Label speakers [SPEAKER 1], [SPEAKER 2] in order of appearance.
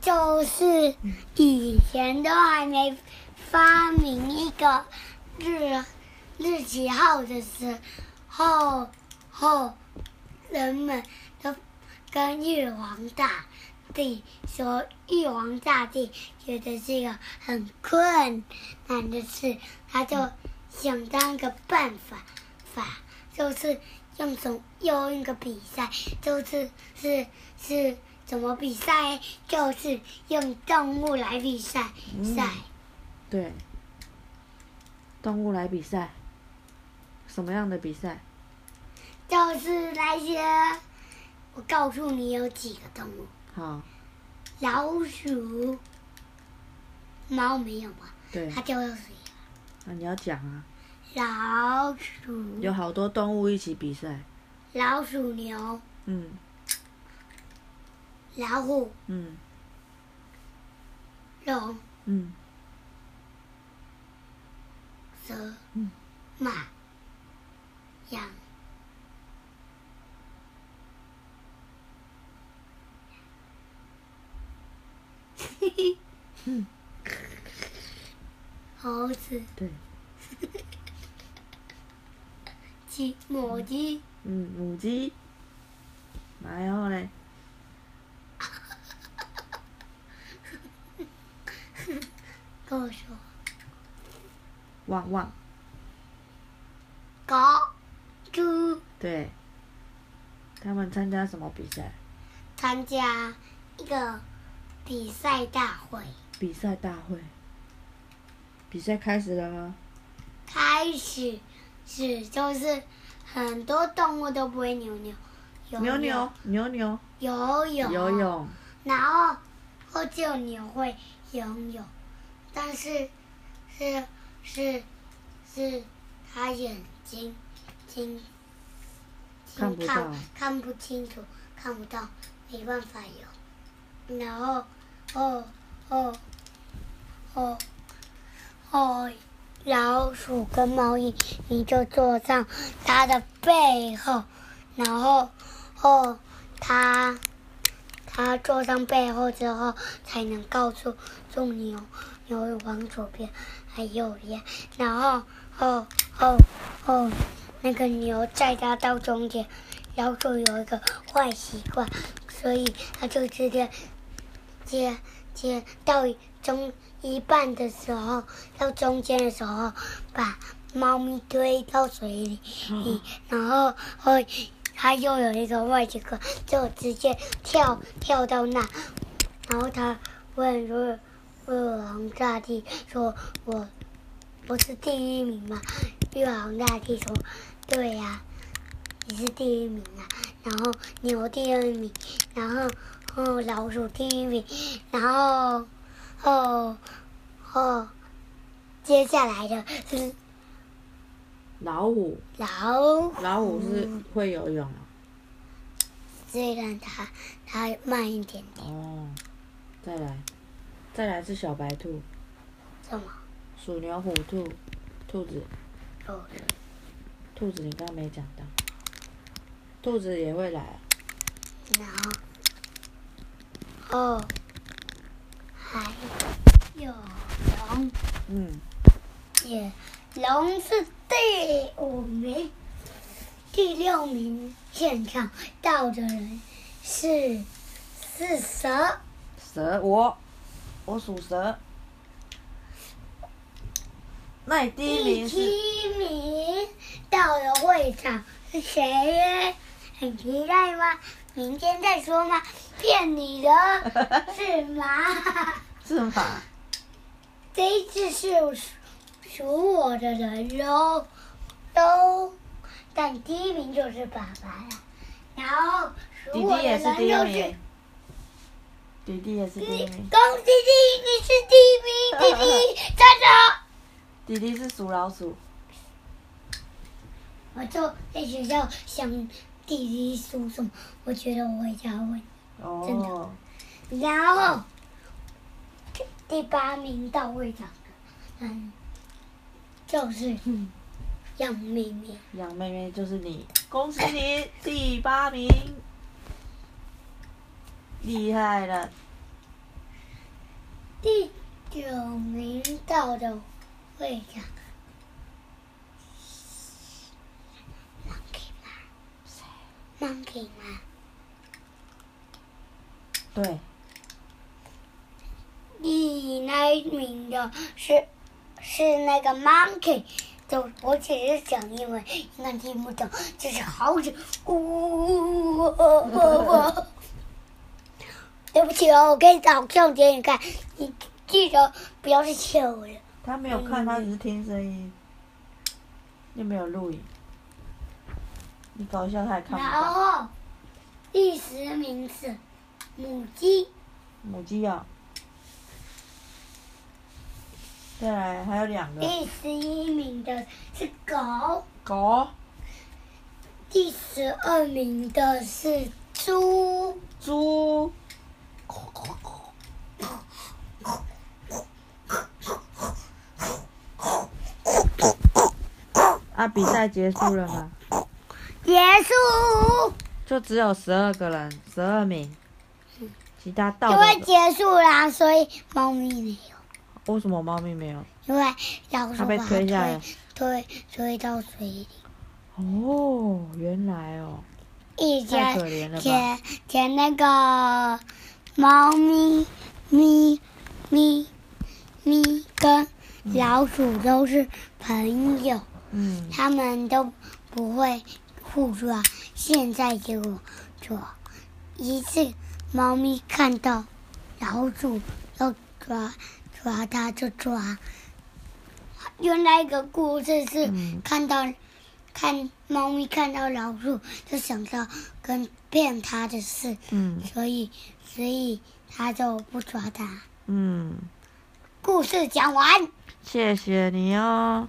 [SPEAKER 1] 就是以前都还没发明一个日日期号的时候，后人们都跟玉皇大帝说，玉皇大帝觉得这个很困难的事，他就想当个办法法，就是用种用一个比赛，就是是是怎么比赛？就是用动物来比赛赛。
[SPEAKER 2] 对，动物来比赛，什么样的比赛？
[SPEAKER 1] 就是那些，我告诉你有几个动物：
[SPEAKER 2] 好，
[SPEAKER 1] 老鼠、猫没有吧？
[SPEAKER 2] 对，
[SPEAKER 1] 它叫谁？
[SPEAKER 2] 啊，你要讲啊，
[SPEAKER 1] 老鼠、
[SPEAKER 2] 有好多动物一起比赛，
[SPEAKER 1] 老鼠、牛、
[SPEAKER 2] 嗯
[SPEAKER 1] 老虎、
[SPEAKER 2] 嗯
[SPEAKER 1] 龙、
[SPEAKER 2] 嗯，
[SPEAKER 1] 蛇、
[SPEAKER 2] 嗯
[SPEAKER 1] 马、羊。嘿嘿，
[SPEAKER 2] 嗯
[SPEAKER 1] 猴子、
[SPEAKER 2] 对，
[SPEAKER 1] 鸡、母鸡、
[SPEAKER 2] 嗯，母鸡，然后嘞，
[SPEAKER 1] 狗说
[SPEAKER 2] 旺旺，
[SPEAKER 1] 狗、猪。
[SPEAKER 2] 对，他们参加什么比赛？
[SPEAKER 1] 参加一个比赛大会，
[SPEAKER 2] 比赛大会，比赛开始了吗？
[SPEAKER 1] 开始是就是很多动物都不会扭扭，有啊
[SPEAKER 2] 牛牛牛牛
[SPEAKER 1] 游泳
[SPEAKER 2] 游，泳，
[SPEAKER 1] 然后后只有牛会游泳，但是是是是它眼睛睛
[SPEAKER 2] 看不到
[SPEAKER 1] 看不清楚，看不到，没办法游。然后，哦哦哦哦，老鼠跟猫一，你就坐上它的背后，然后哦，它它坐上背后之后，才能告诉住牛，牛往左边还右边，然后哦哦哦，那个牛载它到中间。老鼠有一个坏习惯，所以它就直接接接到中一半的时候，到中间的时候，把猫咪推到水里，然后后它又有一个坏习惯，就直接跳跳到那，然后它问若若王大帝说：“我不是第一名吗？”玉皇大帝说：“对呀、你是第一名啊，然后牛第二名，然后哦老鼠第一名，然后哦哦，接下来的是
[SPEAKER 2] 老虎，
[SPEAKER 1] 老虎。
[SPEAKER 2] 老虎是
[SPEAKER 1] 嗯
[SPEAKER 2] 会游泳啊
[SPEAKER 1] 虽然它它慢一点点，
[SPEAKER 2] 哦，再来，再来是小白兔、
[SPEAKER 1] 这么
[SPEAKER 2] 鼠、牛、虎、兔、兔子，
[SPEAKER 1] 弱
[SPEAKER 2] 兔子你刚刚没讲到，兔子也会来啊、
[SPEAKER 1] 然后哦还有龙，
[SPEAKER 2] 嗯，
[SPEAKER 1] 也龙是第五名，第六名现场到的人是是蛇，
[SPEAKER 2] 蛇我，我属蛇。那你第一
[SPEAKER 1] 第
[SPEAKER 2] 名是
[SPEAKER 1] 七名到了会场是谁耶？很期待吗？明天再说吗？骗你的 是马，
[SPEAKER 2] 是马，
[SPEAKER 1] 这一次是属属我的人喽，都，但第一名就是爸爸了，然后
[SPEAKER 2] 弟
[SPEAKER 1] 属我
[SPEAKER 2] 弟
[SPEAKER 1] 的
[SPEAKER 2] 也
[SPEAKER 1] 人
[SPEAKER 2] 是第一
[SPEAKER 1] 就是。
[SPEAKER 2] 名，弟弟也是第一名，
[SPEAKER 1] 恭喜你，你是第一名，弟弟，站着。
[SPEAKER 2] 弟弟是属老鼠。
[SPEAKER 1] 我就在学校想弟弟属什么，我觉得我回家问。真的
[SPEAKER 2] 哦，
[SPEAKER 1] 然后第八名到会场的人就是杨妹妹，
[SPEAKER 2] 杨妹妹就是你，恭喜你第八名，厉害了。
[SPEAKER 1] 第九名到的会长。Monkey Man
[SPEAKER 2] 谁？
[SPEAKER 1] Monkey Man
[SPEAKER 2] 对，
[SPEAKER 1] 第那一名的是是那个 Monkey，就我只是讲英文，应该听不懂，就是好久，呜呜呜呜呜。对不起哦，我给你找重点你看，你记着不要去切我了。
[SPEAKER 2] 他没有看，他只是听声音，又没有录影。你搞笑他也看不
[SPEAKER 1] 然
[SPEAKER 2] 到。
[SPEAKER 1] 后第十名是母鸡，
[SPEAKER 2] 母鸡啊、再来还有两个
[SPEAKER 1] 第十一名的是狗，
[SPEAKER 2] 狗、
[SPEAKER 1] 第十二名的是猪，
[SPEAKER 2] 猪，啊，比赛结束了吗？
[SPEAKER 1] 结束，
[SPEAKER 2] 就只有十二个人，十二名，其他到
[SPEAKER 1] 因为
[SPEAKER 2] 的
[SPEAKER 1] 结束啦，所以猫咪没有，
[SPEAKER 2] 为什么猫咪没有？
[SPEAKER 1] 因为老鼠
[SPEAKER 2] 它被
[SPEAKER 1] 把它
[SPEAKER 2] 推
[SPEAKER 1] 推
[SPEAKER 2] 下来
[SPEAKER 1] 推推到水里，
[SPEAKER 2] 哦，原来哦，
[SPEAKER 1] 一家
[SPEAKER 2] 太可怜了吧！
[SPEAKER 1] 舔舔那个猫咪咪咪咪跟老鼠都是朋友，
[SPEAKER 2] 嗯，
[SPEAKER 1] 他们都不会互抓。现在结果抓一次，猫咪看到老鼠要抓抓它就抓。原来一个故事是
[SPEAKER 2] 嗯
[SPEAKER 1] 看到、看猫咪看到老鼠就想到跟骗它的事，
[SPEAKER 2] 嗯
[SPEAKER 1] 所以所以它就不抓它。
[SPEAKER 2] 嗯，
[SPEAKER 1] 故事讲完。
[SPEAKER 2] 谢谢你哦。